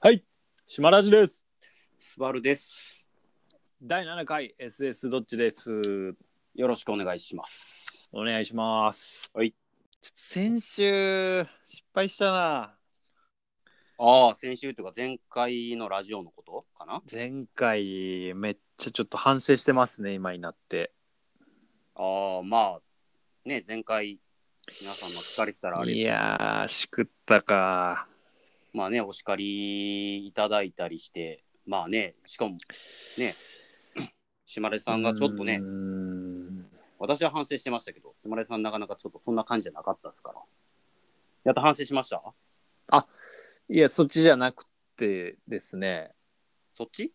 はい、島ラジです。スバルです。第7回 SS どっちです。よろしくお願いします。お願いします。はい。ちょっと先週失敗したな。ああ、先週というか前回のラジオのことかな前回めっちゃちょっと反省してますね、今になって。ああ、まあ、ね、前回皆さんの聞かれてたらあれですいけどやー、しくったか。まあね、お叱りいただいたりして、まあね、しかもね、 島根さんがちょっとねう、ーん私は反省してましたけど、島根さんなかなかちょっとそんな感じじゃなかったですから。やっと反省しましたいや、そっちじゃなくてですね。そっち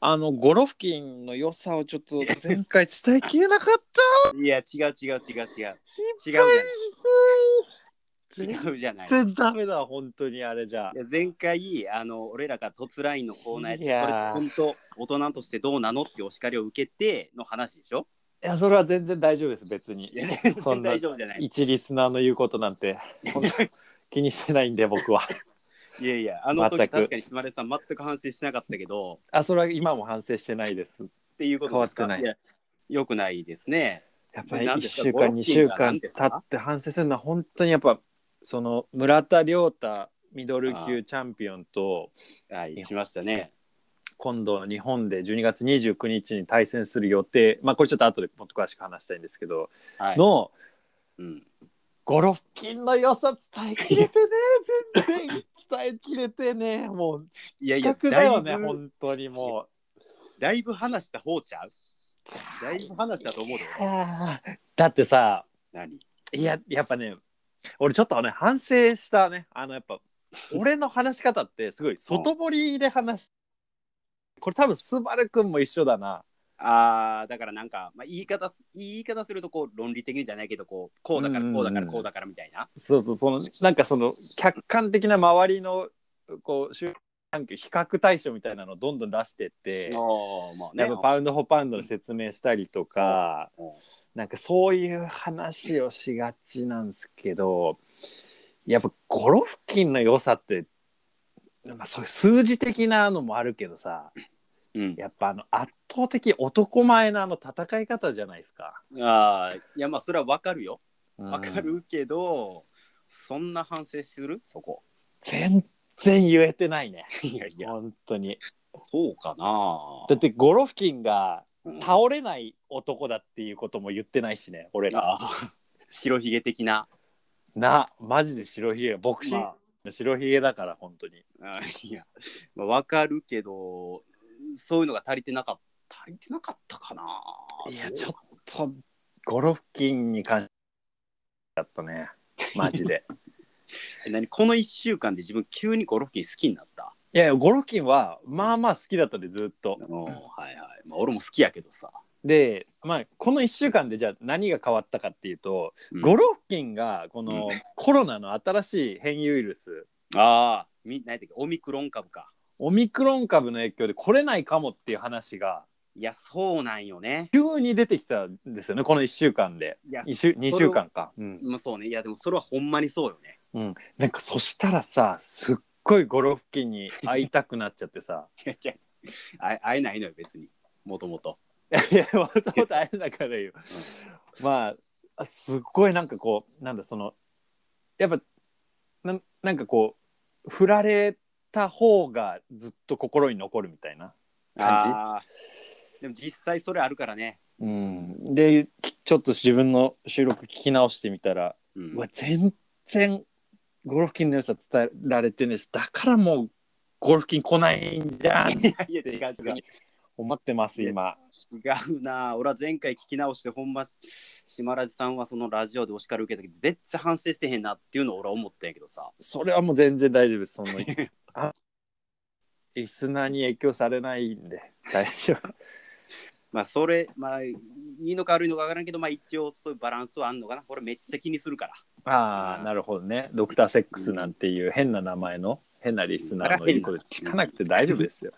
あのゴロフキンの良さをちょっ と前回伝えきれなかった。いや、違う違う違う違う。失違うじゃない。 違うじゃない。全然ダメだ、本当にあれじゃい。や前回あの俺らが突ラインのコーナーいでそれやー本当大人としてどうなのってお叱りを受けての話でしょいや、それは全然大丈夫です、別にいや。全そん然な大丈夫じゃない一リスナーの言うことなんて、本当に気にしてないんで、僕は。いやいやあの時全く確かに島根さん全く反省してなかったけどあ、それは今も反省してないです。っていうことです変かわってないやよくないですねやっぱり何1ですか週ゴロ間、フ2キン週が何間です経かって反省するのは、本当にやっぱ、その村田亮太ミドル級チャンピオンと、はいしましたね今度日本で12月29日に対戦する予定、まあ、これちょっと後でもっと詳しく話したいんですけど、はい、のうん、ゴロフキンの良さ伝えきれてね、 全然伝えきれてね、もういやい比や較だよねだいぶ本当にもだいぶ話した方ちゃうだいぶ話したと思うでういやーだってさ何いややっぱね俺ちょっとね反省したねあのやっ ぱ俺の話し方ってすごい外堀で話しこれ多分スバルくんも一緒だなあーだからなんか、まあ、言い方す言い方するとこう論理的にじゃないけどこうこうだからこうだうんうんうからんこうだからみたいな、そうそうそのなんかその客観的な周りのこう周環境比較対象みたいなのをどんどん出してってああまあねやっぱパウンド・フォーパウンドの説明したりとか、うんうんなんかそういう話をしがちなんですけどやっぱゴロフキンの良さって、まあ、そういう数字的なのもあるけどさうん、やっぱあの圧倒的男前のあの戦い方じゃないですか。ああいやまあそれはわかるよわわかるけど、そんな反省するそこ全然言えてないねいやいや本当に。そうかなだってゴロフキンがうん倒れない男だっていうことも言ってないしね俺あら。ー白ひげ的ななマジで白ひげボクシングまの白ひげだから本当に。ああいやまあわかるけどそういうのが足りてなかった足りてなかったかないいやちょっとゴロフキンに関してだったねマジで何この1週間で自分急にゴロフキン好きになった いやいやゴロフキンはまあまあ好きだったでずっとうんはいはいまあ俺も好きやけどさ、でまあこの1週間でじゃあ何が変わったかっていうと、うんゴロフキンがこのうんコロナの新しい変異ウイルスああみ何やったっけオミクロン株かオミクロン株の影響で来れないかもっていう話がいやそうなんよね急に出てきたんですよねこの1週間でいや2週 ,2 週間か、うん、まあそうねいやでもそれはほんまにそうよね なんかそしたらさすっごいゴロフキンに会いたくなっちゃってさ違う違う違う会え会えないのよ別にもともといやもともと会えなから言う、まあすっごいなんかこうなんだそのやっぱなんなんかこう振られた方がずっと心に残るみたいな、感じじでも実際それあるからね、うん、できちょっと自分の収録聞き直してみたら、ううんわ全然ゴロフキンの良さ伝えられてねえしだからもうゴロフキン来ないんじゃんっいやいやて違う違う思ってます今。違うな俺は前回聞き直してほんま島ラジさんはそのラジオでお叱り受けたけど絶対反省してへんなっていうのを俺は思ったんやけどさそれはもう全然大丈夫です。そ のあリスナーに影響されないんで大丈夫。まあそれまあいいのか悪いのか分からんけどまあ一応そういうバランスはあんのかな俺めっちゃ気にするからああ、なるほどね。ドクターセックスなんていう変な名前の変なリスナーの言うこと聞かなくて大丈夫ですよ。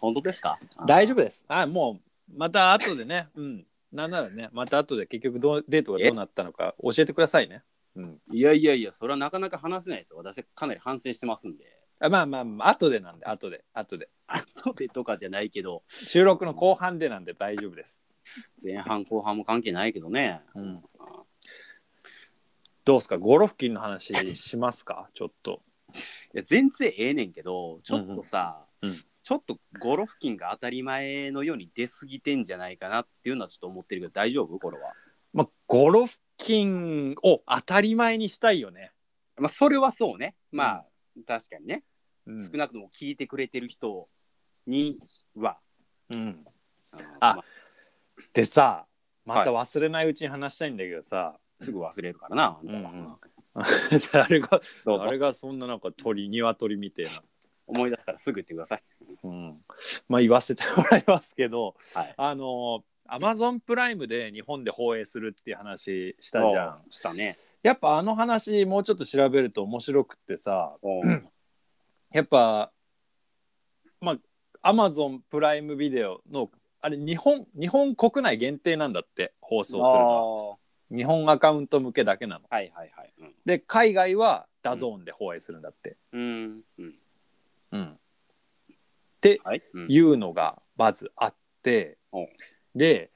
本当ですか 大丈夫です。あもうまた後でね。うん。なんならね、また後で結局どうデートがどうなったのか教えてくださいね。うん。いやいやいやそれはなかなか話せないですよ私はかなり反省してますんであまあまあまあ後でなんで後で後で後でとかじゃないけど収録の後半でなんで大丈夫です、前半後半も関係ないけどねうん、どうすかゴロフキンの話しますかちょっといや全然ええねんけどちょっとさ、うんうんうんちょっとゴロフキンが当たり前のように出過ぎてんじゃないかなっていうのはちょっと思ってるけど大丈夫これはまあゴロフキンを当たり前にしたいよね、まあそれはそうねまあ、確かにねうん少なくとも聞いてくれてる人には、うん、のあまあでさまた忘れないうちに話したいんだけど さ、すぐ忘れるからなあんたは、うんうんあれがどうぞあれがそんななんか鳥鶏みたいな、思い出したらすぐ言ってくださいうん、まあ言わせてもらいますけどはいあのアマゾンプライムで日本で放映するっていう話したじゃんおうしたねやっぱあの話もうちょっと調べると面白くってさおう やっぱまあアマゾンプライムビデオのあれ日本日本国内限定なんだって放送するのは日本アカウント向けだけなのあーはいはいはいうんで海外はダゾーンで放映するんだって、うんうんうんはい、うんいうのがまずあって、うんで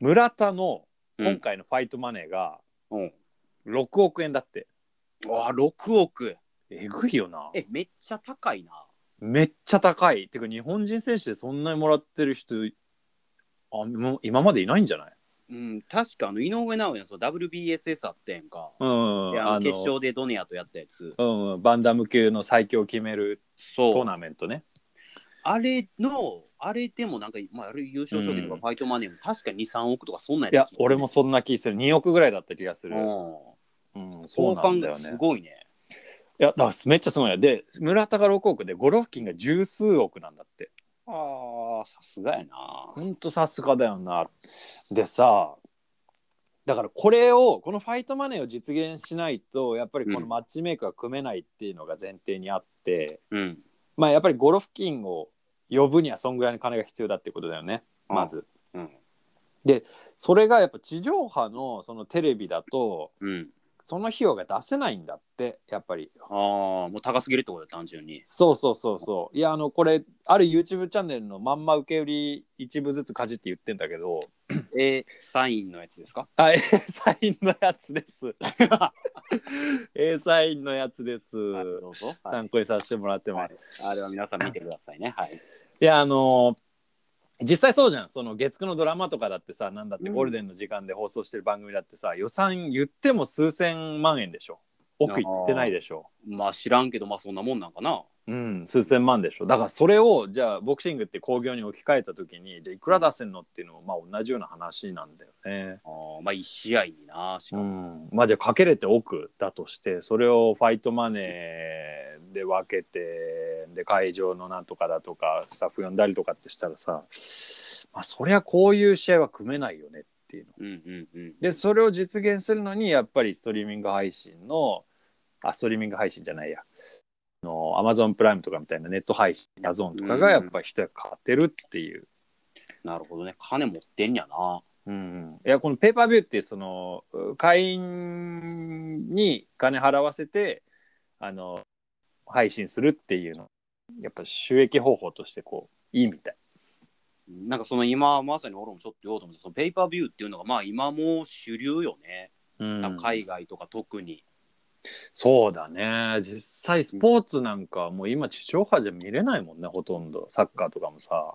村田のうん今回のファイトマネーがうん6億円だって、あ6億えぐいよなえめっちゃ高いなめっちゃ高いてか日本人選手でそんなにもらってる人あもう今までいないんじゃないうん確かあの井上尚弥のそう WBSS あったやんか、うんでああのの決勝でドネアとやったやつうんうんバンダム級の最強を決めるトそーうナメントねあれのあれでもなんか、まあ、あれ優勝賞金とうかんファイトマネーも確か23億とかそんなんいやった気が俺もそんな気する2億ぐらいだった気がすするる、うん、そ相うなん関だがよねすごいねいやだからめっちゃすごいよで村田が6億でゴロフキンが十数億なんだってああさすがやなほんとさすがだよなでさだからこれをこのファイトマネーを実現しないとやっぱりこのマッチメイクが組めないっていうのが前提にあって、うんまあやっぱりゴロフキンを呼ぶにはそんぐらいの金が必要だってことだよねまず、うんそれがやっぱ地上波のそのテレビだとうんその費用が出せないんだってやっぱりああもう高すぎるってことだ単純にそうそうそうそういやあのこれある YouTube チャンネルのまんま受け売り一部ずつかじって言ってんだけどえサインのやつですかあ A サインのやつです A サインのやつです、はいどうぞ、はい参考にさせてもらってます、はいあれは皆さん見てくださいねはいいやあのー実際そうじゃんその月9のドラマとかだってさなんだってうんゴールデンの時間で放送してる番組だってさ、予算言っても数千万円でしょ奥いってないでしょまあ知らんけどまあそんなもんなんかなうん数千万でしょだからそれをじゃあボクシングって興行に置き換えた時にじゃあいくら出せんのっていうのもまあ同じような話なんだよね。あーまあ1試合になしかうも、ん、まあじゃあかけれて奥だとしてそれをファイトマネーで分けてで会場のなんとかだとかスタッフ呼んだりとかってしたらさ、まあ、そりゃこういう試合は組めないよねっていうの。うんうんうんでそれを実現するのにやっぱりストリーミング配信のあストリーミング配信じゃないやあのアマゾンプライムとかみたいなネット配信ダゾーンとかがやっぱり人が勝てるっていう、なるほどね金持ってんやなうんいやこのペーパービューってそのう会員に金払わせてあの配信するっていうのやっぱ収益方法としてこういいみたいなんかその今まさに俺もちょっと言おうと思ってそのペーパービューっていうのがまあ今もう主流よね、うん海外とか特にそうだね実際スポーツなんかもう今地上波じゃ見れないもんねほとんどサッカーとかもさ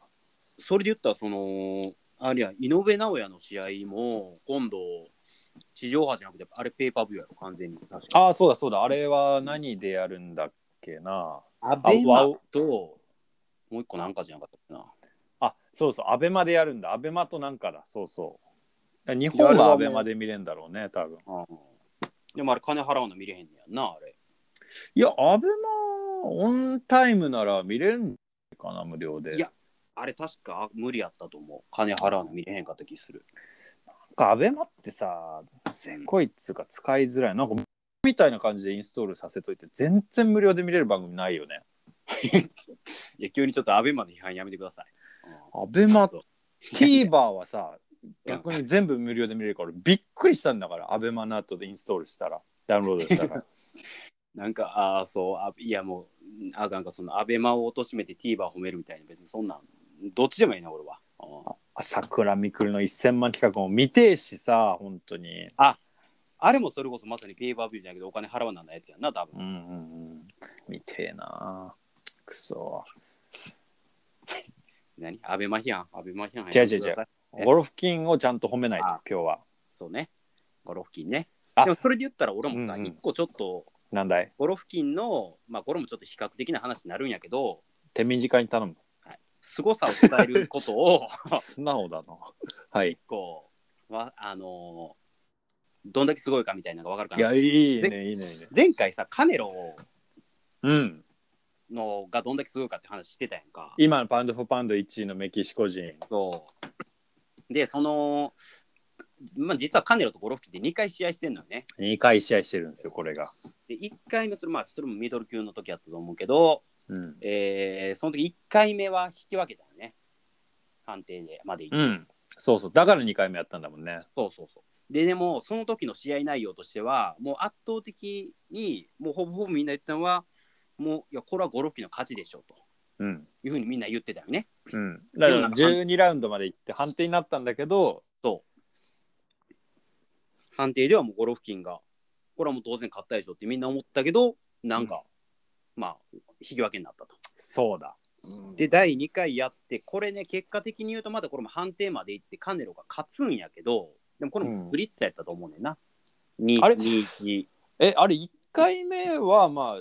それで言ったらそのあるいは井上尚弥の試合も今度地上波じゃなくてあれペーパービューやろ完全に確かああそうだそうだあれは何でやるんだっけなアベマともう一個なんかじゃなかったかなあそうそうアベマでやるんだアベマとなんかだそうそう日いや本あれはもはうアベマで見れんだろうね多分あーでもあれ金払うの見れへんねやんなあれいや、アベマオンタイムなら見れるんかな、無料で。いやあれ確か無理やったと思う金払うの見れへんかった気するなんかアベマってさ、せこいっつうか使いづらい。なんか、みたいな感じでインストールさせといて、全然無料で見れる番組ないよね。いや急にちょっとアベマの批判やめてくださいアベマそう、 TVer はさ、逆に全部 無料で見れるから、びっくりしたんだから、アベマの後でインストールしたら、ダウンロードしたら。なんかああそうあいやもうあなんかそのアベマを貶めて TVer 褒めるみたいな別にそんなんどっちでもいいな俺はうん朝倉未来の1000万企画も見てえしさ本当にあれもそれこそまさにペーパービューじゃないけどお金払わなんないやつやんな多分うんうんうん見てえなくそ何アベマ批判アベマ批違う判やめて違う違うくださいえゴロフキンをちゃんと褒めないとあ今日はそうねゴロフキンねあでもそれで言ったら俺もさうんうん一、個ちょっと何だいゴロフキンのまあこれもちょっと比較的な話になるんやけど手短に頼む凄さを伝えること を素直だなはいこうわあのーどんだけすごいかみた いなのが分かいるやかないいねいいねいいね前回さカネロうんのがどんだけすごいかって話してたやんか今のパウンド・フォー・パウンド1位のメキシコ人そうでその、まあ、実はカネロとゴロフキンで2回試合してんのよね2回試合してるんですよこれがで1回目それ,、まあ、それもミドル級の時やったと思うけど、うん、えーその時1回目は引き分けたよね判定でまでいって、うん、そうそうだから2回目やったんだもんねそうそうそうででもその時の試合内容としてはもう圧倒的にもうほぼほぼみんな言ったのはもういやこれはゴロフキンの勝ちでしょとうんいうふうにみんな言ってたよねうん、だかでもならんか12ラウンドまで行って判定になったんだけど判定ではもうゴロフキンがこれはもう当然勝ったでしょってみんな思ったけどなんか、まあ引き分けになったと。そうだ、で第2回やってこれね結果的に言うとまだこれも判定までいってカネロが勝つんやけどでもこれもスプリットやったと思うねんな。にあれ2-1えあれ1回目はま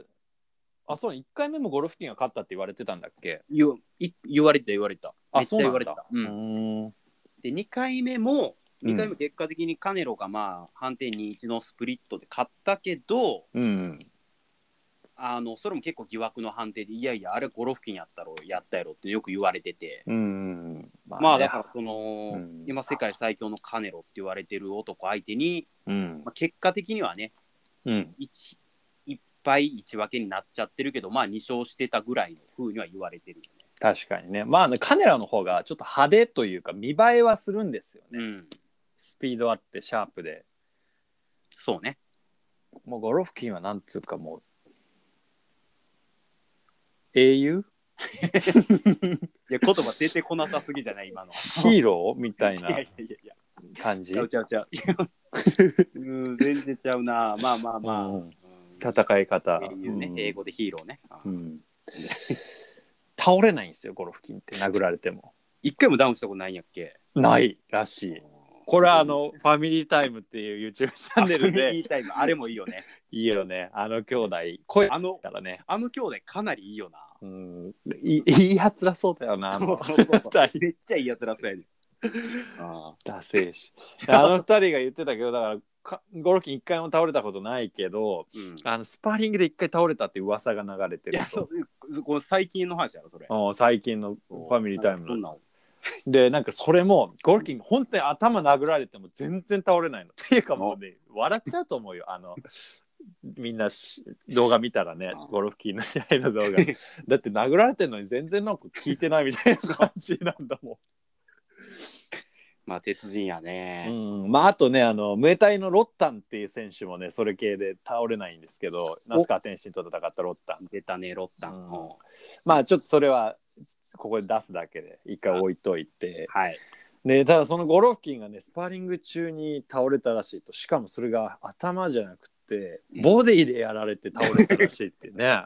ああそう1回目もゴルフィンが勝ったって言われてたんだっけ言い言われてた言われてた。あめっちそゃうな言んわれてだた。ううんんうんで2回目もうん2回目結果的にカネロがまあ判定2-1のスプリットで勝ったけどうんあのそれも結構疑惑の判定でいやいやあれゴロフキンやったろやったやろってよく言われてて。うんままあねだからその、うん今世界最強のカネロって言われてる男相手に、うんまあ、結果的にはねうん一一敗一分けになっちゃってるけどまあ2勝してたぐらいの風には言われてるよ確かにねまあねカネラの方がちょっと派手というか見栄えはするんですよね、ね。うん、スピードあってシャープでそうねもうゴロフキンはなんつうかもう英雄いや言葉出てこなさすぎじゃない 今の。ヒーローみたいいやないやいやいや感じ ちゃうちゃうちゃう。うん全然ちゃうなまあまあまあ。ううんん戦い方、英雄ね、うん英語でヒーローね。ううんん倒れないんですよゴロフキンって殴られても一回もダウンしたことないんやっけないらしいこれはあのファミリータイムっていう YouTube チャンネル いでいタイムあれもいいよね。いいよねあの兄弟声あのからねあの兄弟かなりいいよな。うんい いいやつらそうだよなあのそうそうそう二人めっちゃいいやつらそうやねん。あダセーしあの二人が言ってたけどだからかゴロキン一回も倒れたことないけどうん、あのスパーリングで一回倒れたって噂が流れているやそうこの最近の話やろそれ。フうん最近のファミリータイムのそんなんでなんかそれもゴルキン本当に頭殴られても全然倒れないの。っていうかもうね笑っちゃうと思うよあのみんなし動画見たらねうんゴルフキンの試合の動画だって殴られてるのに全然なんか聞いてないみたいな感じなんだもまあ鉄人やん。うね。んまああとねあのムエタイのロッタンっていう選手もねそれ系で倒れないんですけど那須川天心と戦ったロッタン。出たねロッタン。うんうんまあちょっとそれはここで出すだけで一回置いといて。はい。ね、ただそのゴロフキンがねスパーリング中に倒れたらしいとしかもそれが頭じゃなくてうんボディでやられて倒れたらしいってい うね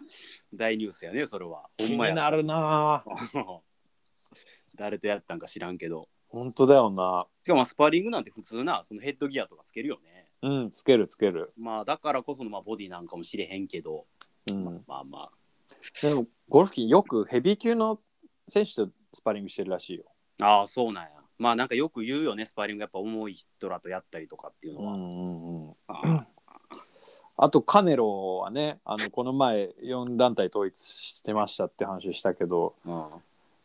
大ニュースやねそれは。ほ気んにまや。なるなぁ 誰とやったんか知らんけど。本当だよなしかもまあスパーリングなんて普通なそのヘッドギアとかつけるよね。うんつけるつける、まあだからこそのまあボディなんかもしれへんけど、うん、まあまあ。でもゴロフキンよくヘビー級の選手とスパーリングしてるらしいよ、ああそうなんや。まあなんかよく言うよねスパーリングやっぱ重い人らとやったりとかっていうのは。んうん、あああとカネロはねあのこの前4団体統一してましたって話したけど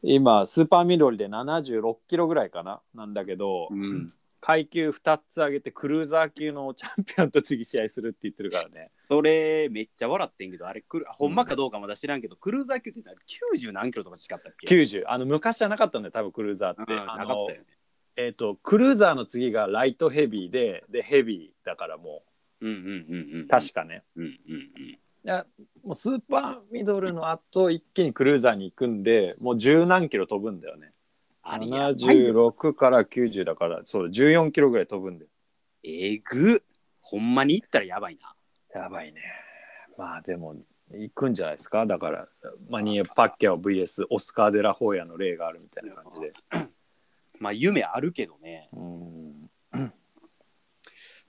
今スーパーミドルで76キロぐらいかななんだけど、うん、階級2つ上げてクルーザー級のチャンピオンと次試合するって言ってるからねそれめっちゃ笑ってんけどあれくるほんまかどうかまだ知らんけど、クルーザー級ってな90何キロとかしかったっけ90あの昔じゃなかったんだよ多分クルーザーって、うんなあかったのよね、えっ、とクルーザーの次がライトヘビーででヘビーだからもうんうんうんうんう確かね、うんうんうんやもうスーパーミドルの後一気にクルーザーに行くんでもう十何キロ飛ぶんだよねあれやばいよ76から90だからそう14キロぐらい飛ぶんでえぐほんまに行ったらやばいなやばいねまあでも行くんじゃないですかだからマニエ・パッキャオ VS オスカー・デラホーヤの例があるみたいな感じでまあ夢あるけどねうん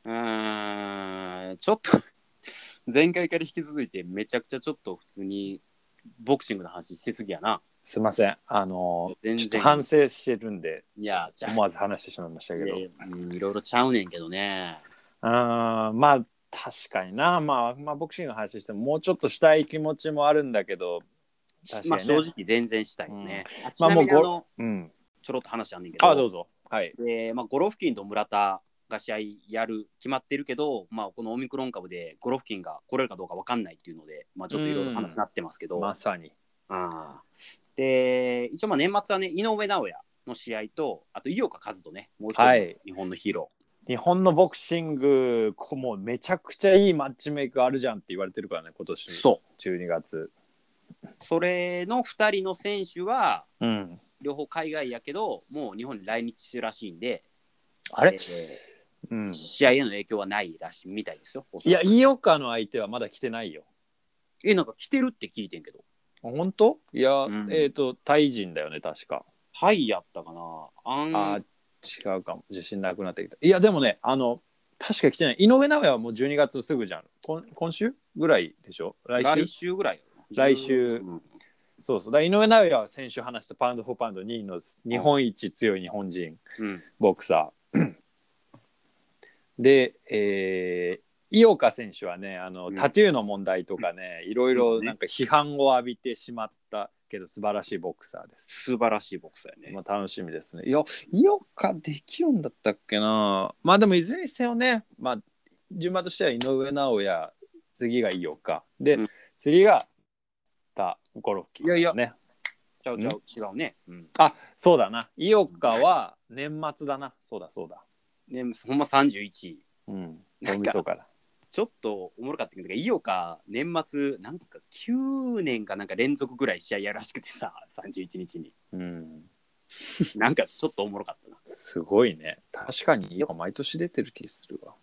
うーんちょっと 前回から引き続いてめちゃくちゃちょっと普通にボクシングの話しすぎやなすいませんあの全然ちょっと反省してるんでいやじゃあ思わず話してしまいましたけいどやいやうんいろいろちゃうねんけどねあーまあ確かにな、まあ、まあボクシングの話してももうちょっとしたい気持ちもあるんだけど確まかあにね、正直全然したいよね、あちまあなみにもあうごのうんちょろっと話あんねんけどあどうぞはいで、まあ、ゴロフキンと村田が試合やる決まってるけど、まあ、このオミクロン株でゴロフキンが来れるかどうか分かんないっていうので、まあ、ちょっといろいろ話になってますけど、まさにあーで一応まあ年末はね井上尚弥の試合とあと井岡一翔ねもう一人、はい日本のヒーロ日本のボクシングこもうめちゃくちゃいいマッチメイクあるじゃんって言われてるからね今ー年そ12月うそれの2人の選手はうん両方海外やけどもう日本に来日してるらしいんであれえ、ーうん、試合への影響はないらしいみたいですよおそいらやく井岡の相手はまだ来てないよえなんか来てるって聞いてんけど本当いや、うんえっ、とタイ人だよね確かはいやったかなあんあー違うかも自信なくなってきたいやでもねあの確か来てない井上尚弥はもう12月すぐじゃん今今週ぐらいでしょ来週来週ぐらいよ来週うんそうそうだから井上尚弥は先週話したパウンド・フォー・パウンド2位の日本一強い日本人うんボクサー で、えー井岡選手はねあの、うんタトゥーの問題とかねいろいろなんか批判を浴びてしまったけど素晴らしいボクサーです素晴らしいボクサーやね、まあ、楽しみですね。いや、井岡できるんだったっけな。まあでもいずれにせよね、まあ、順番としては井上尚弥、次が井岡。で、うん次がたゴロフキン、いやいやね。ちゃうちゃう違うね、うん、あそうだな。井岡は年末だな。そうだそうだ。ねほんま31位うん。な大んか晦日だ。ちょっとおもろかったけど井岡年末なんか9年かなんか連続ぐらい試合やるらしくてさ31日 にうん。なんかちょっとおもろかったなすごいね。確かに井岡毎年出てる気するわ。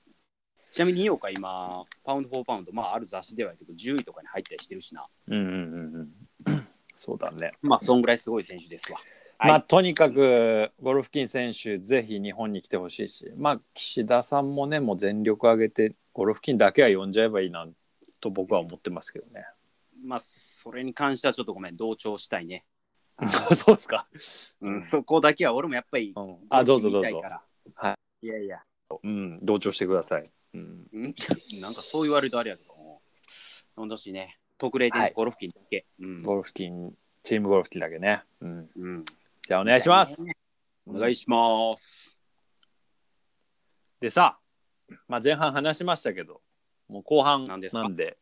ちなみに井岡今パウンド・フォー・パウンドまあある雑誌ではやけど10位とかに入ったりしてるしなうんうんうんうん。 そうだね。まあそんぐらいすごい選手ですわはいまあ、とにかくゴルフキン選手ぜひ日本に来てほしいし、まあ、岸田さんもねもう全力上げてゴルフキンだけは呼んじゃえばいいなと僕は思ってますけどね。まあそれに関してはちょっとごめん同調したいね そうですか。うん、そこだけは俺もやっぱりうん、あどうぞどう見たぞいか、らはいやいやうん、同調してください。うん、うん なんかそう言われるとあれやけどもほんとしいね特例でゴロフキンだけ、うんゴルフキンチームゴルフキンだけね。うん、うんじゃあお願いします。お願いします。でさ、まあ、前半話しましたけどもう後半何ですかなん で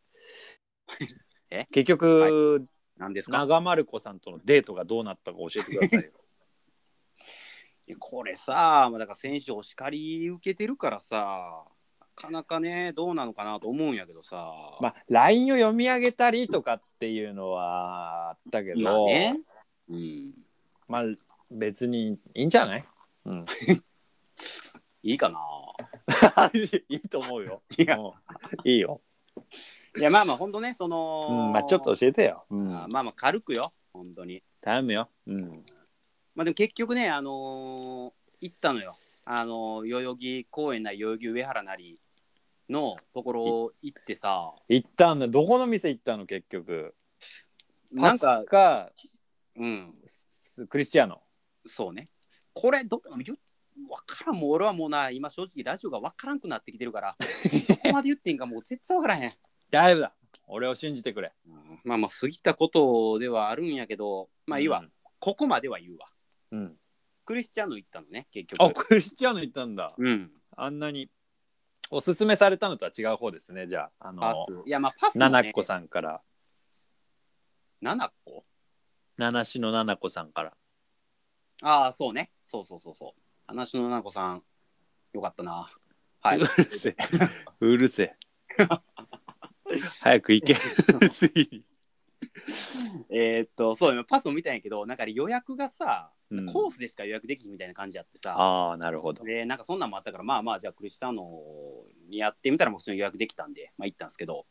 え結局、何ですか 長丸子さんとのデートがどうなったか教えてくださいよ。いやこれさ、まあだから選手お叱り受けてるからさ、なかなかね、どうなのかなと思うんやけどさ、 まあ、LINE を読み上げたりとかっていうのはあったけど、まあね、うん、まあ別にいいんじゃない、うん、いいかな。 いいと思うよ。いや、もういいよ、いやまあまあ、ほんとね、その、うん。まあちょっと教えてよ。うん、あまあまあ、軽くよ、ほんとに。頼むよ。うん、まあでも結局ね、あのー行ったのよ。あのー代々木公園なり代々木上原なりのところ行ってさ、行ったんだ。どこの店行ったの結局。なパんスかか、うん、スクリスチアーノ。そうね。これど、ゆわからん、もう俺はもうな、今正直ラジオがわからんくなってきてるから、 どこまで言ってんかもう絶対わからへん。大丈夫だ。俺を信じてくれ。うんまあまあ、過ぎたことではあるんやけど、まあいいわ、ここまでは言うわ。うん。うんクリスチャンの行ったのね、結あ局。クリスチアーノ行ったんだ。うん、あんなにおすすめされたのとは違う方ですね。じゃあ、あのパス。いや、まあパスも、ね。七子さんから。七個七子の七子さんから。。ああ、そうね。そうそうそうそう。話の七子さん、 よかったな。はいうるせえ。うるせえ。早く行 けついにえーっとそう今パスも見たんやけどなんか予約がさ、うんコースでしか予約できひんみたいな感じやってさああなるほどでなんかそんなんもあったからまあまあじゃあクリスタノにやってみたらもう普通に予約できたんでまあ行ったんですけど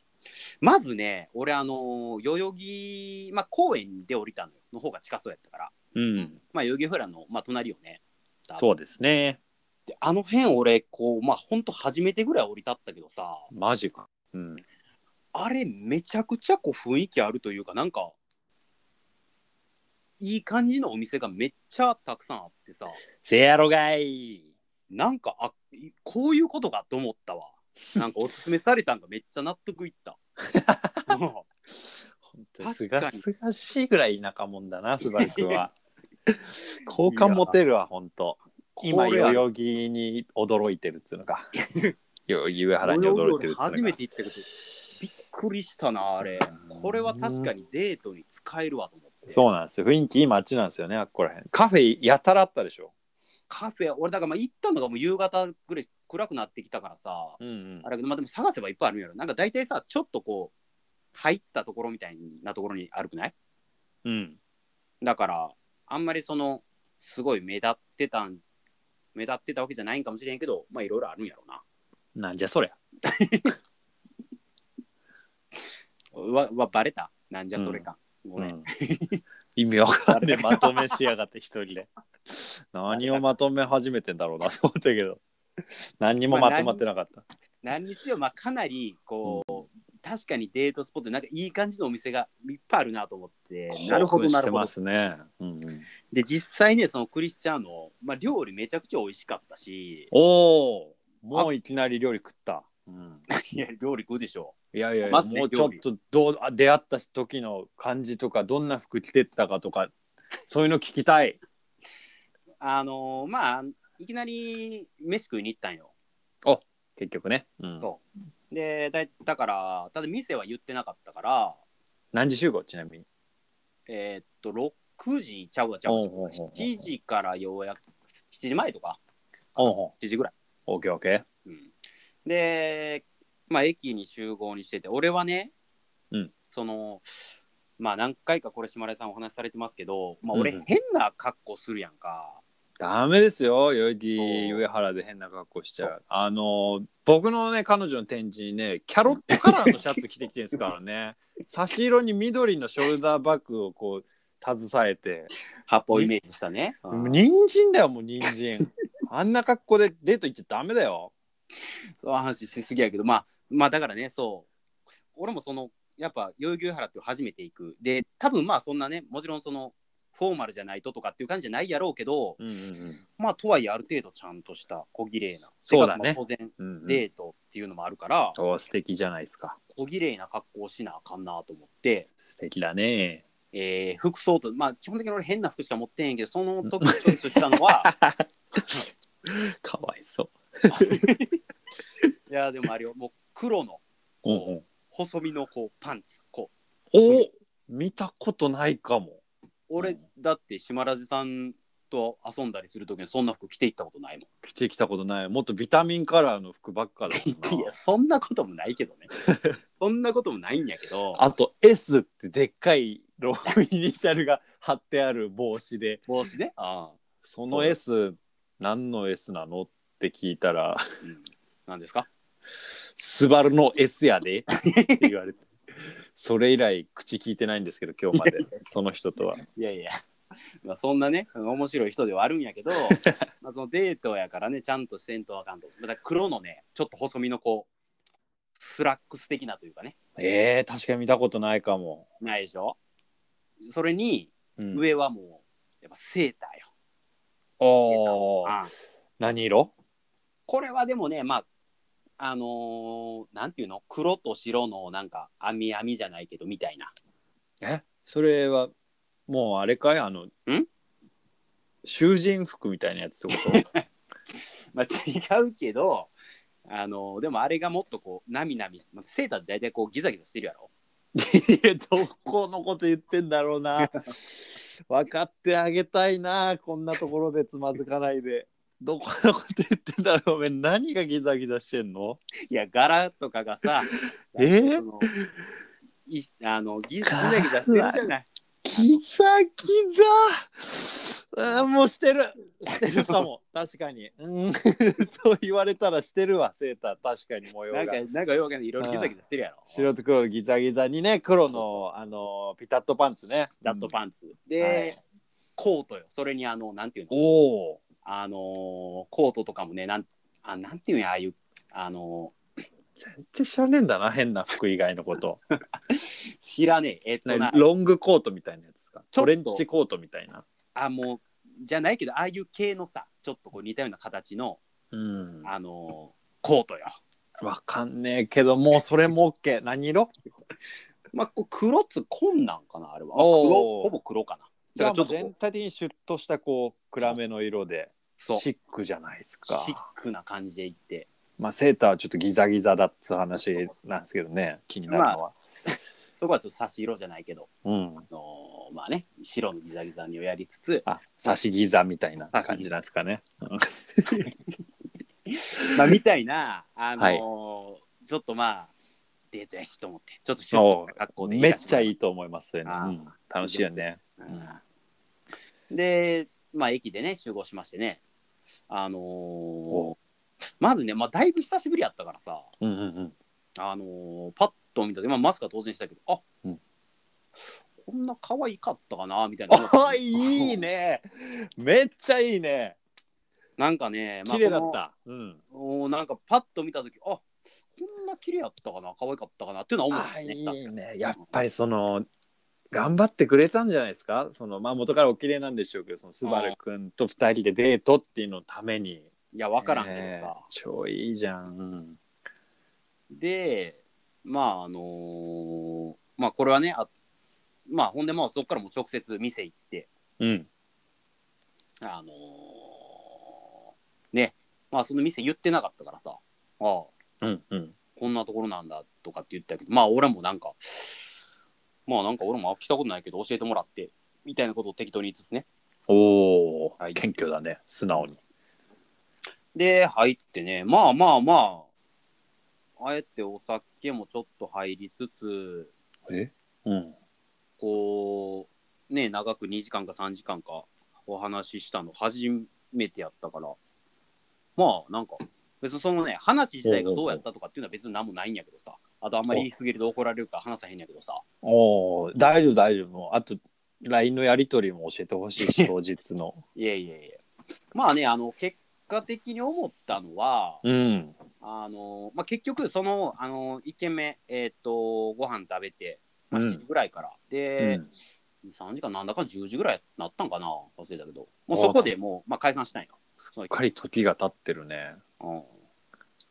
まずね俺あの代々木、まあ、公園で降りたのよの方が近そうやったからうんまあ代々木フラの、まあ、隣よねそうですねであの辺俺こうまあほんと初めてぐらい降り立ったけどさマジかうんあれめちゃくちゃこう雰囲気あるというかなんかいい感じのお店がめっちゃたくさんあってさせやろがいなんかあいこういうことかと思っ たわなんかおすすめされたんがめっちゃ納得いったうん本当確かにすがすがしいぐらい田舎もんだなスバル君 は好感持てるわ本当今これは代々木に驚いてるっつうの か代々木上原に俺驚いてるっつうのか初めて行ったけどびっくりしたなあれこれは確かにデートに使えるわと思ってそうなんですよ雰囲気いい街なんですよねあっこらへんカフェやたらあったでしょカフェ俺だからまあ行ったのがもう夕方ぐらい暗くなってきたからさうんうんあれだけどまあでも探せばいっぱいあるんやろなんか大体さちょっとこう入ったところみたいなところにあるくないうんだからあんまりそのすごい目立ってたん目立ってたわけじゃないんかもしれんけどまあいろいろあるんやろうななんじゃそりゃわわバレたなんじゃそれか、ごうめん、ん 意味わかんねえまとめしやがって一人 で何をまとめ始めてんだろうなと思ったけ ど何にもまとまってなかった、何にせよまあかなりこう、確かにデートスポットなんかいい感じのお店がいっぱいあるなと思ってなるほど興奮なしてるほどますね、うんうん、で実際ねそのクリスチャーノ、まあ、料理めちゃくちゃ美味しかったしおおもういきなり料理食った、うん、 いや料理食うでしょいやいや、まずねもうちょっとどうあ出会った時の感じとかどんな服着てったかと かそういうの聞きたいあのーまあいきなり飯食いに行ったんよ結局ね、うんそうでだいだからただ店は言ってなかったから何時集合ちなみにえーっと6時ちゃうわちゃうわちゃうおうおうわおうおう7時からようやく7時前とかおん7時ぐらい、オーケーオーケうん、でまあ駅に集合にしてて俺はね、うんそのまあ何回かこれ島根さんお話しされてますけど、まあ、う俺んうん変な格好するやんか、ーダメですよ代々木上原で変な格好しちゃうあの僕のね彼女の展示にねキャロットカラーのシャツ着てきてるんですから ね差し色に緑のショルダーバッグをこう携えて八方イメージしたね、うん人参だよもう人参あんな格好でデート行っちゃダメだよそう話しすぎやけどまあまあだからねそう俺もそのやっぱ代々木上原って初めて行くで多分まあそんなねもちろんそのフォーマルじゃないととかっていう感じじゃないやろうけどうんうんうんまあとはいえある程度ちゃんとした小綺麗なそうだねでまあ当然うんうんデートっていうのもあるから、お素敵じゃないですか小綺麗な格好をしなあかんなと思って、素敵だねえー服装とまあ基本的に俺変な服しか持ってへんけどその時チョイスしたのはかわいそう いやでもあれよもう黒のこう、お細身のこうパンツこうお見たことないかもう俺んだって島ラジさんと遊んだりする時にそんな服着ていったことないも ん着てきたことないもっとビタミンカラーの服ばっかだもん いなやそんなこともないけど ねそんなこともないんやけどあと S ってでっかいローイニシャルが貼ってある帽子で帽子ねああ、その S 何の S なのって聞いたらうん、なんです かスバルの S やでって言われてそれ以来口聞いてないんですけど今日ま でその人とはいやい や、まあ、そんなね面白い人ではあるん やけどまあそのデートやからねちゃんとせんとあかんとまた黒のねちょっと細身のこうスラックス的なというかねえー、確かに見たことないかも、ないでしょそれにうん、上はもうやっぱセーターよ、おーああ何色これはでもねまああのーなんていうの黒と白のなんか網網じゃないけどみたいなえそれはもうあれかいあの囚人服みたいなやつってことまあ、違うけど、あのでもあれがもっとこうなみなみまあセーターって大体こうギザギザしてるやろ いやどこのこと言ってんだろう な分かってあげたいなこんなところでつまずかないでどこのこと言ってんだろうおめえ何がギザギザしてんのいや柄とかがさ えーそのいあのギザギザギザしてるじゃないギザギザあーもうしてるしてるかも確かに、うん、 そう言われたらしてるわセーター確かに模様なんがかなんかよくわかんないいろいろギザギザしてるやろ白と黒のギザギザにね黒のあのピタッとパンツねダットパンツ、で、はいコートよそれにあのなんていうのおおあのーコートとかもねなんあなんていうんやああいうあの全然知らねえんだな変な服以外のことー知らねええっとなロングコートみたいなやつですかちトょっとレンチコートみたいなあもうじゃないけどああいう系のさちょっとこう似たような形のうんあのーコートよわかんねえけどもうそれも OK 何色まあこう黒っつこんなんかなあれはまあおー黒ほぼ黒かなじゃあもうこう全体的にシュッとしたこう暗めの色でそうシシックじゃないですかックな感じでいってまあセーターはちょっとギザギザだっつう話なんですけどね気になるのは、そこはちょっと差し色じゃないけど、うんあのーまあね白のギザギザにをやりつ つ、あ差しギザみたいな感じなんですかねまあ、みたいなあのーはちょっとまあデートやしと思ってちょっとシュッとした格好でめっちゃいいいと思いますよね、あーうん楽しいよねでまあ駅でね集合しましてねあのーまずね、まあ、だいぶ久しぶりやったからさうんうんあのーパッと見たで、まあ、マスクは当然したけどあ、うんこんな可愛かったかなみたいなおいいいねめっちゃいいねなんかね、まあ綺麗だった、うんこのおーなんかパッと見た時あこんな綺麗やったかな可愛かったかなっていうのは思うよあねい確いかねにやっぱりその頑張ってくれたんじゃないですかそのまあ元からお綺麗なんでしょうけどそのスバルくんと二人でデートっていうのためにいや分からんけどさ、ね超いいじゃん、うんでまああのーまあこれはねあまあほんでまあそこからもう直接店行ってうん、あのーねまあその店言ってなかったからさああうんうんこんなところなんだとかって言ったけどまあ俺もなんかまあなんか俺も来たことないけど教えてもらってみたいなことを適当に言いつつねおお、はい謙虚だね素直にで入ってねまあまあまああえてお酒もちょっと入りつつえうんこうね長く2時間か3時間かお話ししたの初めてやったからまあなんか別にそのね話自体がどうやったとかっていうのは別に何もないんやけどさあとあんまり言いすぎると怒られるから話さへんやけどさおお大丈夫大丈夫もうあと LINE のやり取りも教えてほしい し当日のいやいやいやまあねあの結果的に思ったのはうんあの、まあ、結局そのあの1軒目えーっとご飯食べて、まあ、うん7時ぐらいから、で、3時間なんだか10時ぐらいなったんかな忘れたけどもうそこでもう、まあ、解散したんよすっかり時が経ってるねうん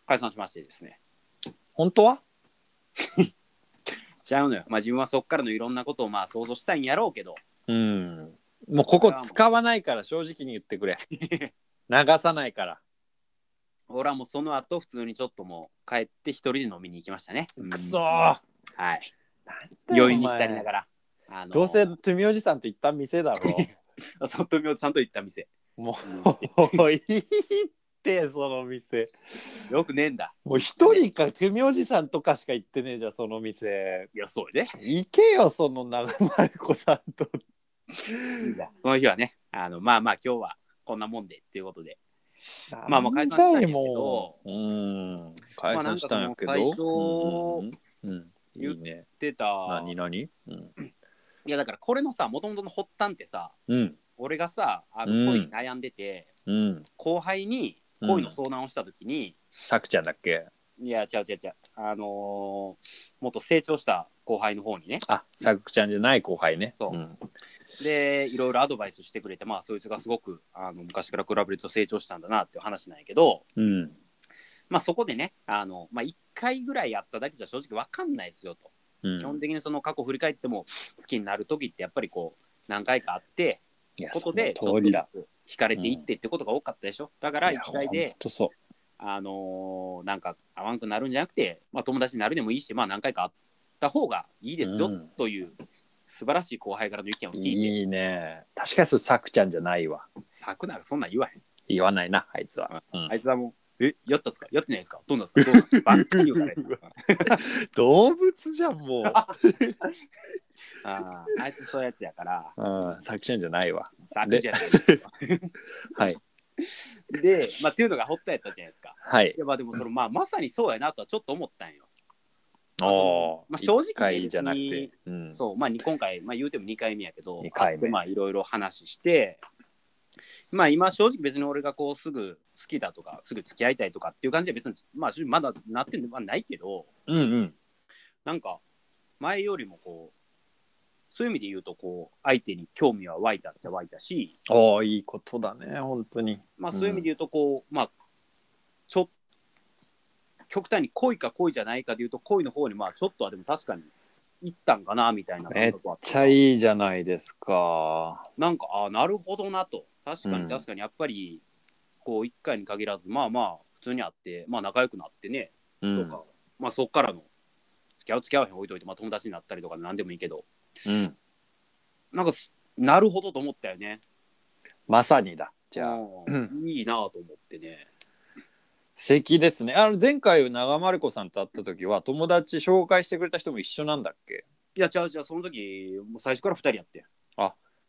解散しましてですね。本当はちゃうのよ。まあ自分はそっからのいろんなことをまあ想像したいんやろうけど、うんもうここ使わないから正直に言ってく れ流さないから俺はもうその後普通にちょっともう帰って一人で飲みに行きましたね。うんくそーはい。だよ余韻に浸りながら。あのどう せトゥミおじさんと行った店だろそっとみおさんと行った店。もうんういいってその店よくねえんだ。もう一人かトゥミおじさんとかしか行ってねえじゃんその店いや、そうや行けよその長丸子さんとで。その日はね、あのまあまあ今日はこんなもんでっていうことで。ままああままああ解解散散ししたたんんやけどやけど。うん。解散したんやけど。まあなんかそうのんうんうん。いいね。出た。何何うん。いやだからこれのさ、もともとの発端ってさ、うん。俺がさ、あうんの恋に悩んでて、うん。後輩に恋の相談をしたときに、さくちゃんだっけいや、違う違う違う、あのーもっと成長した後輩の方にね、あ、さくちゃんじゃない後輩ね。そうんで、いろいろアドバイスしてくれて、まあ、そいつがすごくあの昔から比べると成長したんだなっていう話なんやけど、うん。まあ、そこでね、あのまあ、1回ぐらいやっただけじゃ正直わかんないですよと、うん基本的にその過去振り返っても、好きになる時ってやっぱりこう、何回かあって、いや、ことで、その通りだ。ちょっとずつ惹かれていってってことが多かったでしょ。だから、いや1回ほんで、とそう。あのーなんか合わんくなるんじゃなくて、まあ、友達になるでもいいし、まあ、何回か会った方がいいですよ、うんという素晴らしい後輩からの意見を聞いていいね。確かにそれさくちゃんじゃないわ。 「さくなんかそんなん言わへん言わないな、あいつは。うんあいつはもえ、やったっすかやってないですかどう なんですかどうなんですかばっかり言うからやつ。動物じゃん、もう。あーあいつそういうやつやから、うん、作戦じゃないわ。作じゃない はい。で、まあ、っていうのが堀田やったじゃないですか。はいい。やまあでもその、まあ、まさにそうやなとはちょっと思ったんよ。おおー。まあ正直ね一回じゃなくて。うん。そう、まあ、に今回、まあ、言うても2回目やけど、二回目まあいろいろ話して、まあ今正直別に俺がこうすぐ好きだとか、すぐ付き合いたいとかっていう感じで別に、まあ正直まだなってはないけど、うんうん。なんか前よりもこう、そういう意味で言うとこう、相手に興味は湧いたっちゃ湧いたし、おお、いいことだね、本当に。まあそういう意味で言うとこう、まあ、ちょ極端に恋か恋じゃないかで言うと恋の方にまあちょっとはでも確かに行ったんかなみたいな感覚はあっめたっちゃいいじゃないですか。なんかあなるほどなと確かうんに確かにやっぱり、こう一回に限らずまあまあ普通に会ってまあ仲良くなってねうとん。か、まあそっからの付き合う付き合わへん置いといて、まあ、友達になったりとかなんでもいいけどうん。なんかすなるほどと思ったよねまさにだ。じゃあ。うんいいなと思ってね素敵ですね。あの前回長丸子さんと会った時は友達紹介してくれた人も一緒なんだっけ？いやじゃあじゃあその時もう最初から二人やってん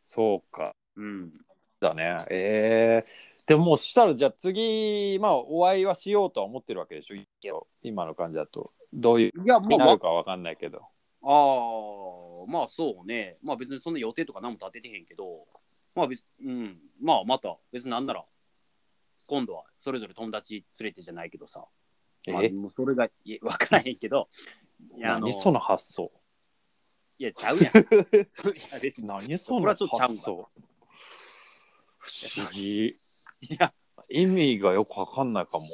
そうか。うんだね。えー、でももうそしたらじゃあ次まあお会いはしようとは思ってるわけでしょ。今の感じだとどういういやにまあなわるかわかんないけど。ああまあそうねまあ別にそんな予定とか何も立ててへんけどまあ別うんまあまた別になんなら今度はそれぞれ友達連れてじゃないけどさ、まあ、え？もうそれがいえ分からへんけどいやあの何その発想？いやちゃうやん そういや別に何そこのれは発ちょっとちゃうんだ想？不思議。いや意味がよくわかんないかも。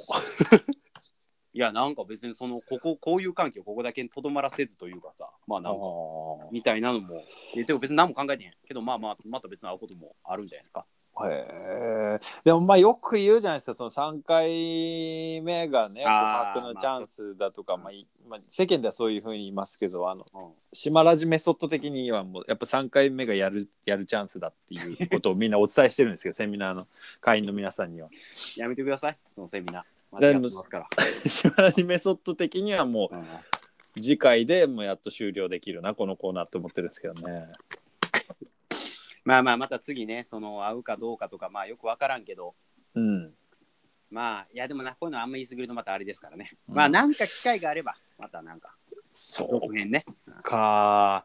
いやなんか別にそのこここういう関係をここだけにとどまらせずというかさまあなんかあみたいなのもいやでも別に何も考えてへんけどまあまあまた別に会うこともあるんじゃないですかーへえ。でもまあよく言うじゃないですか。その三回目がね、あー告白のチャンスだとか、まあまあいまあ世間ではそういうふうに言いますけど、あのうん島ラジメソッド的にはもうやっぱ三回目がやる やるチャンスだっていうことをみんなお伝えしてるんですけど、セ ミナーの会員の皆さんに は。やめてくださいそのセミナー間で違もってますから、島ラジメソッド的にはもうんう次回でもうやっと終了できるなこのコーナーと思ってるんですけどね。まあまあまた次ねその会うかどうかとかまあよく分からんけどうん。まあいやでもなこういうのあんま言い過ぎるとまたあれですからね、うんまあなんか機会があればまたなんかそ続編ねうか。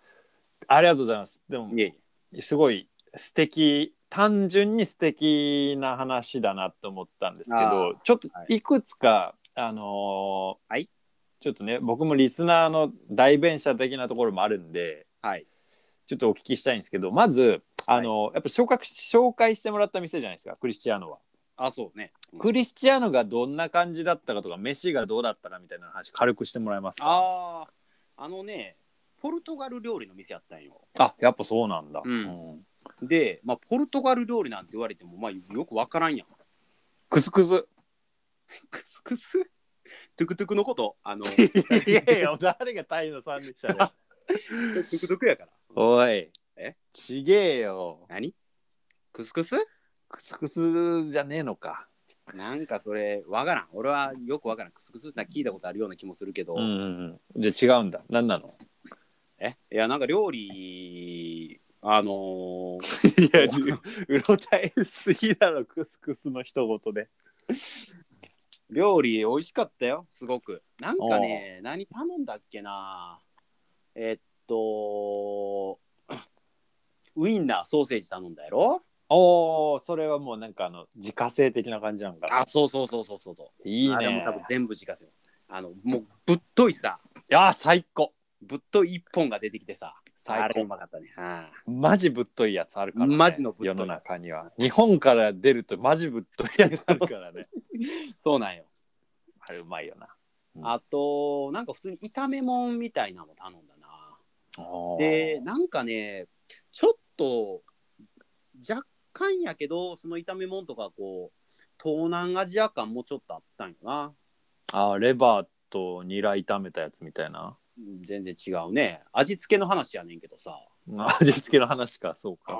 ありがとうございます。でもいえいえすごい素敵単純に素敵な話だなと思ったんですけあどちょっとはいいくつか、あのーはいちょっとね僕もリスナーの代弁者的なところもあるんではいちょっとお聞きしたいんですけどまずあのーやっぱ紹介紹介してもらった店じゃないですかクリスチアーノは。あそうね、うんクリスチアーノがどんな感じだったかとか飯がどうだったかみたいな話軽くしてもらえますかあああのねポルトガル料理の店やったんよあやっぱそうなんだ、うんうんでまあポルトガル料理なんて言われてもまあよく分からんやんクスクスクスクストゥクトゥクのこと あのトいやいや誰がタイの3でしたねゥクトゥクやからおい。えちげえよ。何クスクスクスクスじゃねえのか。なんかそれ分からん俺はよく分からんクスクスってのは聞いたことあるような気もするけど、うんうんうん。じゃあ違うんだ。何なのえいやなんか料理あのーいや、うろたえすぎだろ、クスクスの一言で。 料理美味しかったよすごくなんかね何頼んだっけなえっと ウインナーソーセージ頼んだやろおお、それはもうなんかあの自家製的な感じなんかな。あそうそうそうそうそうそういいあれもね多。分全部自家製あのもうぶっといさいや、最高。ぶっとい一本が出てきてさあ最れう高。まかったねはマジぶっといやつあるから、ね。マジのぶっといや世つの中には。日本から出るとマジぶっといやつあるからね。いそうなんよあれうまいよな。あとなんか普通に炒め物みたいなのも頼んだなでで、なんかねちょっと若干やけどその炒め物とかこう東南アジア感もちょっとあったんよなあレバーとニラ炒めたやつみたいな。うん全然違うね味付けの話やねんけどさ味付けの話か、そうか。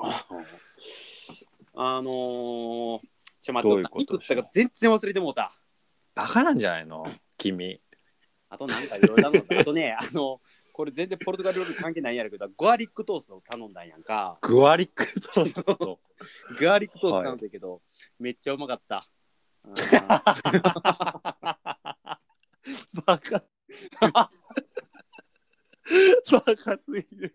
あのーちょ、待って、どういうこと何食ったか全然忘れてもうた。バカなんじゃないの君。あとなんかいろいろ 頼んだ。あとね、あの、これ全然ポルトガル料理関係ないんやろうけど、ガーリックトーストを頼んだんやんか。グアリックトース ト。ガーリックトースト頼んだけど、めっちゃうまかった。うんバカ。 バカすぎる。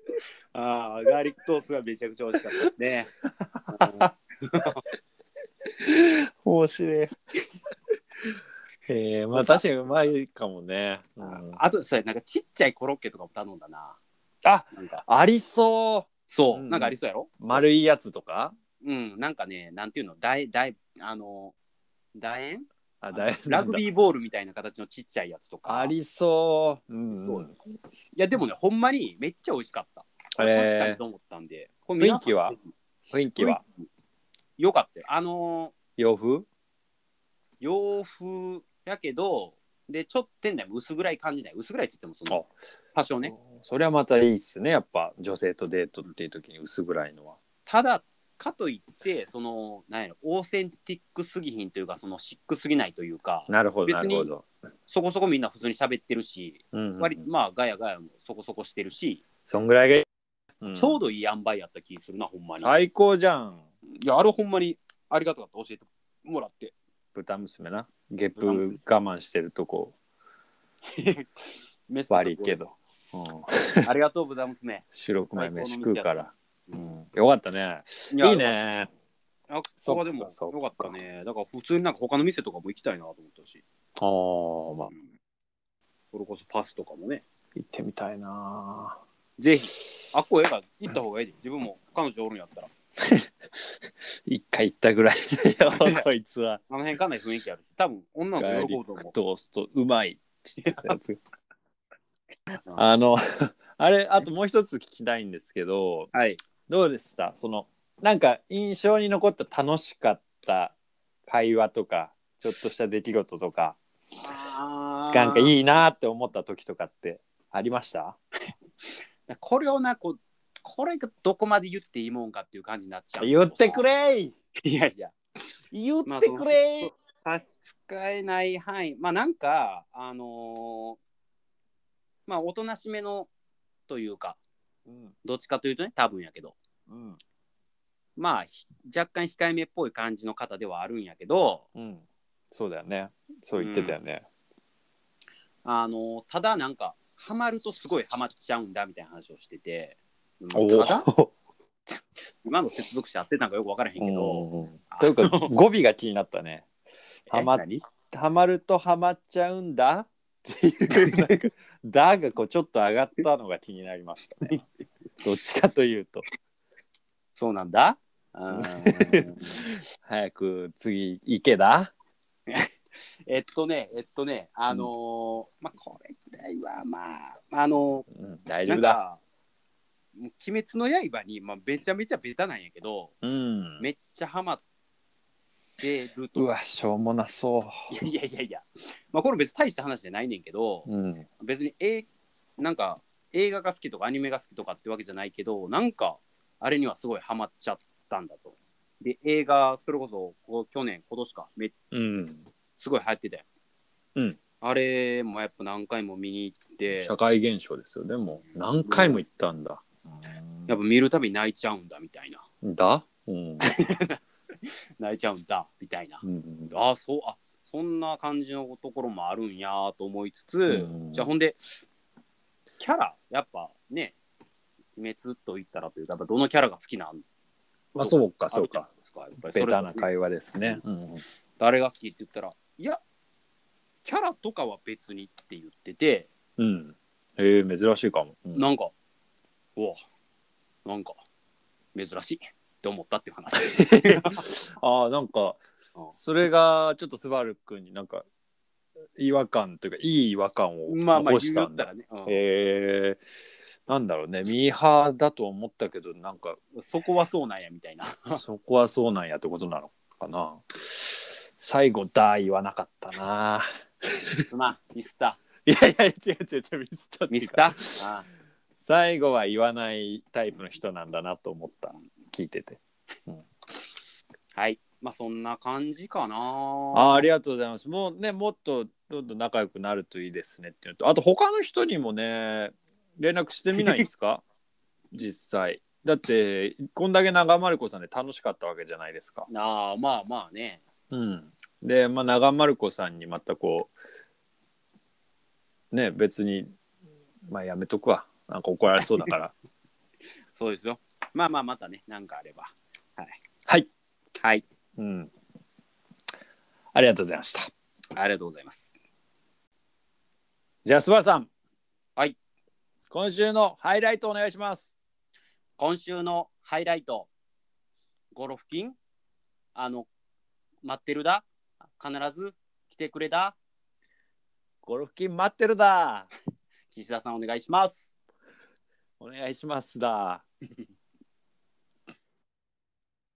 あーガーリックトーストがめちゃくちゃ美味しかったですね。うん面白い。えー、まあ確かにうまいかもね。うんあとさ、なんかちっちゃいコロッケとかも頼んだな。あなんか、ありそそうう、んなんかありそうやろう。丸いやつとかうん、なんかね、なんていうの、大、大、あの、楕円あだいラグビーボールみたいな形のちっちゃいやつとか。ありそう。うん、そうよいや、でもね、ほんまにめっちゃ美味しかった。これえー確かにと思ったんで。これ雰囲気は皆さんぜ雰囲ひ気はよかったよ。あの洋風ー洋風やけど、で、ちょっと店内も薄暗い感じない。薄暗いって言っても、その、多少ね。それはまたいいっすねやっぱ女性とデートっていう時に薄暗いのは。ただ、かといって、その、なんやろ、オーセンティックすぎひんというか、その、シックすぎないというか、なるほどな別るにほど。そこそこみんな普通に喋ってるし、うんうんうん割まあガヤガヤもそこそこしてるし、そんぐらいがいい、うんちょうどいい塩梅やった気するなほんまに最高じゃんいやあれほんまにありがとうった教えてもらって豚娘なゲップ我豚娘慢してるとこ飯食った悪いけど、うん、ありがとう豚 娘収録前飯食うから、ううんん、よかったねいいいねあそそっこかでもそっよかかったねだから普通になんか他の店とかも行きたいなと思ったし、あーまあうんそれこそパスとかもね行ってみたいなぜひあっこええから行った方がいいで自分も彼女おるんやったら一回行ったぐらい だよこいつはあの辺かなり雰囲気あるし多分女のガーリ子喜ぶとッ思クうトーストうまいって言ってたや つあの あれあともう一つ聞きたいんですけどはいどうでしたそのなんか印象に残った楽しかった会話とかちょっとした出来事とかなんかいいなって思った時とかってありましたこれをなこうこれがどこまで言っていいもんかっていう感じになっちゃう言ってくれい いやいや言ってくれい、差し支えない範囲まあなんかあのーまあおとなしめのというかうんどっちかというとね多分やけどうんまあひ若干控えめっぽい感じの方ではあるんやけどうん、そうだよねそう言ってたよね、あのーただなんかハマるとすごいハマっちゃうんだみたいな話をしててうんおただお今の接続詞合ってたんかよく分からへん けどうんというか語尾が気になったねえハマっ何ハマるとハマっちゃうんだっていうなんか「だ」がこうちょっと上がったのが気になりました ね。どっちかというとそうなんだあー早く次行けだ。 えっとね、えっとね、あのーまあ、これぐらいは、まあ、あのうん、ー大丈なん夫だ。か、もう鬼滅の刃に、まあ、めちゃめちゃベタなんやけど、うん。めっちゃハマってると。うわしょうもなそう。いやいやいやいや、まあ、これ別に大した話じゃないねんけど、うん。別に、えなんか、映画が好きとかアニメが好きとかってわけじゃないけど、なんか、あれにはすごいハマっちゃったんだと。で、映画、それこそ、こ去年、今年か、めっうん。すごい流行ってたよ。うんあれもやっぱ何回も見に行って、社会現象ですよ。でも何回も行ったんだ。うんやっぱ見るたび泣いちゃうんだみたいな。だ。うん。泣いちゃうんだみたいな。うんああ、そう、あそんな感じのところもあるんやと思いつつ、うんじゃあほんで、キャラ、やっぱね、鬼滅と言ったらというか、やっぱどのキャラが好きなんまあそうかそうあるか。じゃないですか。やっぱりそれベぞれタな会話ですね。うん。誰が好きって言ったら、いや、キャラとかは別にって言ってて、うん。えー、珍しいかも。うんなんか、うわ、なんか、珍しいって思ったっていう 話。ああなんかうんそれがちょっとスバルくんになんか違和感というかいい違和感をまあま残あ、言しったんだたらね、うんへえなんだろうねミーハーだと思ったけどなん かそこはそうなんやみたい な。そこはそうなんやってことなのかな最後だ言わなかったな まあ、ミスタいやいや違う違う違うミスったー。ミスター。ああ最後は言わないタイプの人なんだなと思った聞いててはい。まあそんな感じかなあありがとうございます。もうね、もっとどんどん仲良くなるといいですねっていうのと、あと他の人にもね、連絡してみないんですか 実際。だって、こんだけ長丸子さんで楽しかったわけじゃないですか。あーまあまあねうん、で、まあ、長丸子さんにまたこう、ね、別に、まあやめとくわ。なんか怒られそうだから。そうですよまあまあまたねなんかあればはいはい、はい うん。ありがとうございました。ありがとうございますじゃあ、すばさん。はい。今週のハイライトお願いします。今週のハイライト、ゴロフキン、あの、待ってるだ、必ず来てくれだ、ゴルフ金待ってるだ。岸田さんお願いします。お願いしますだ。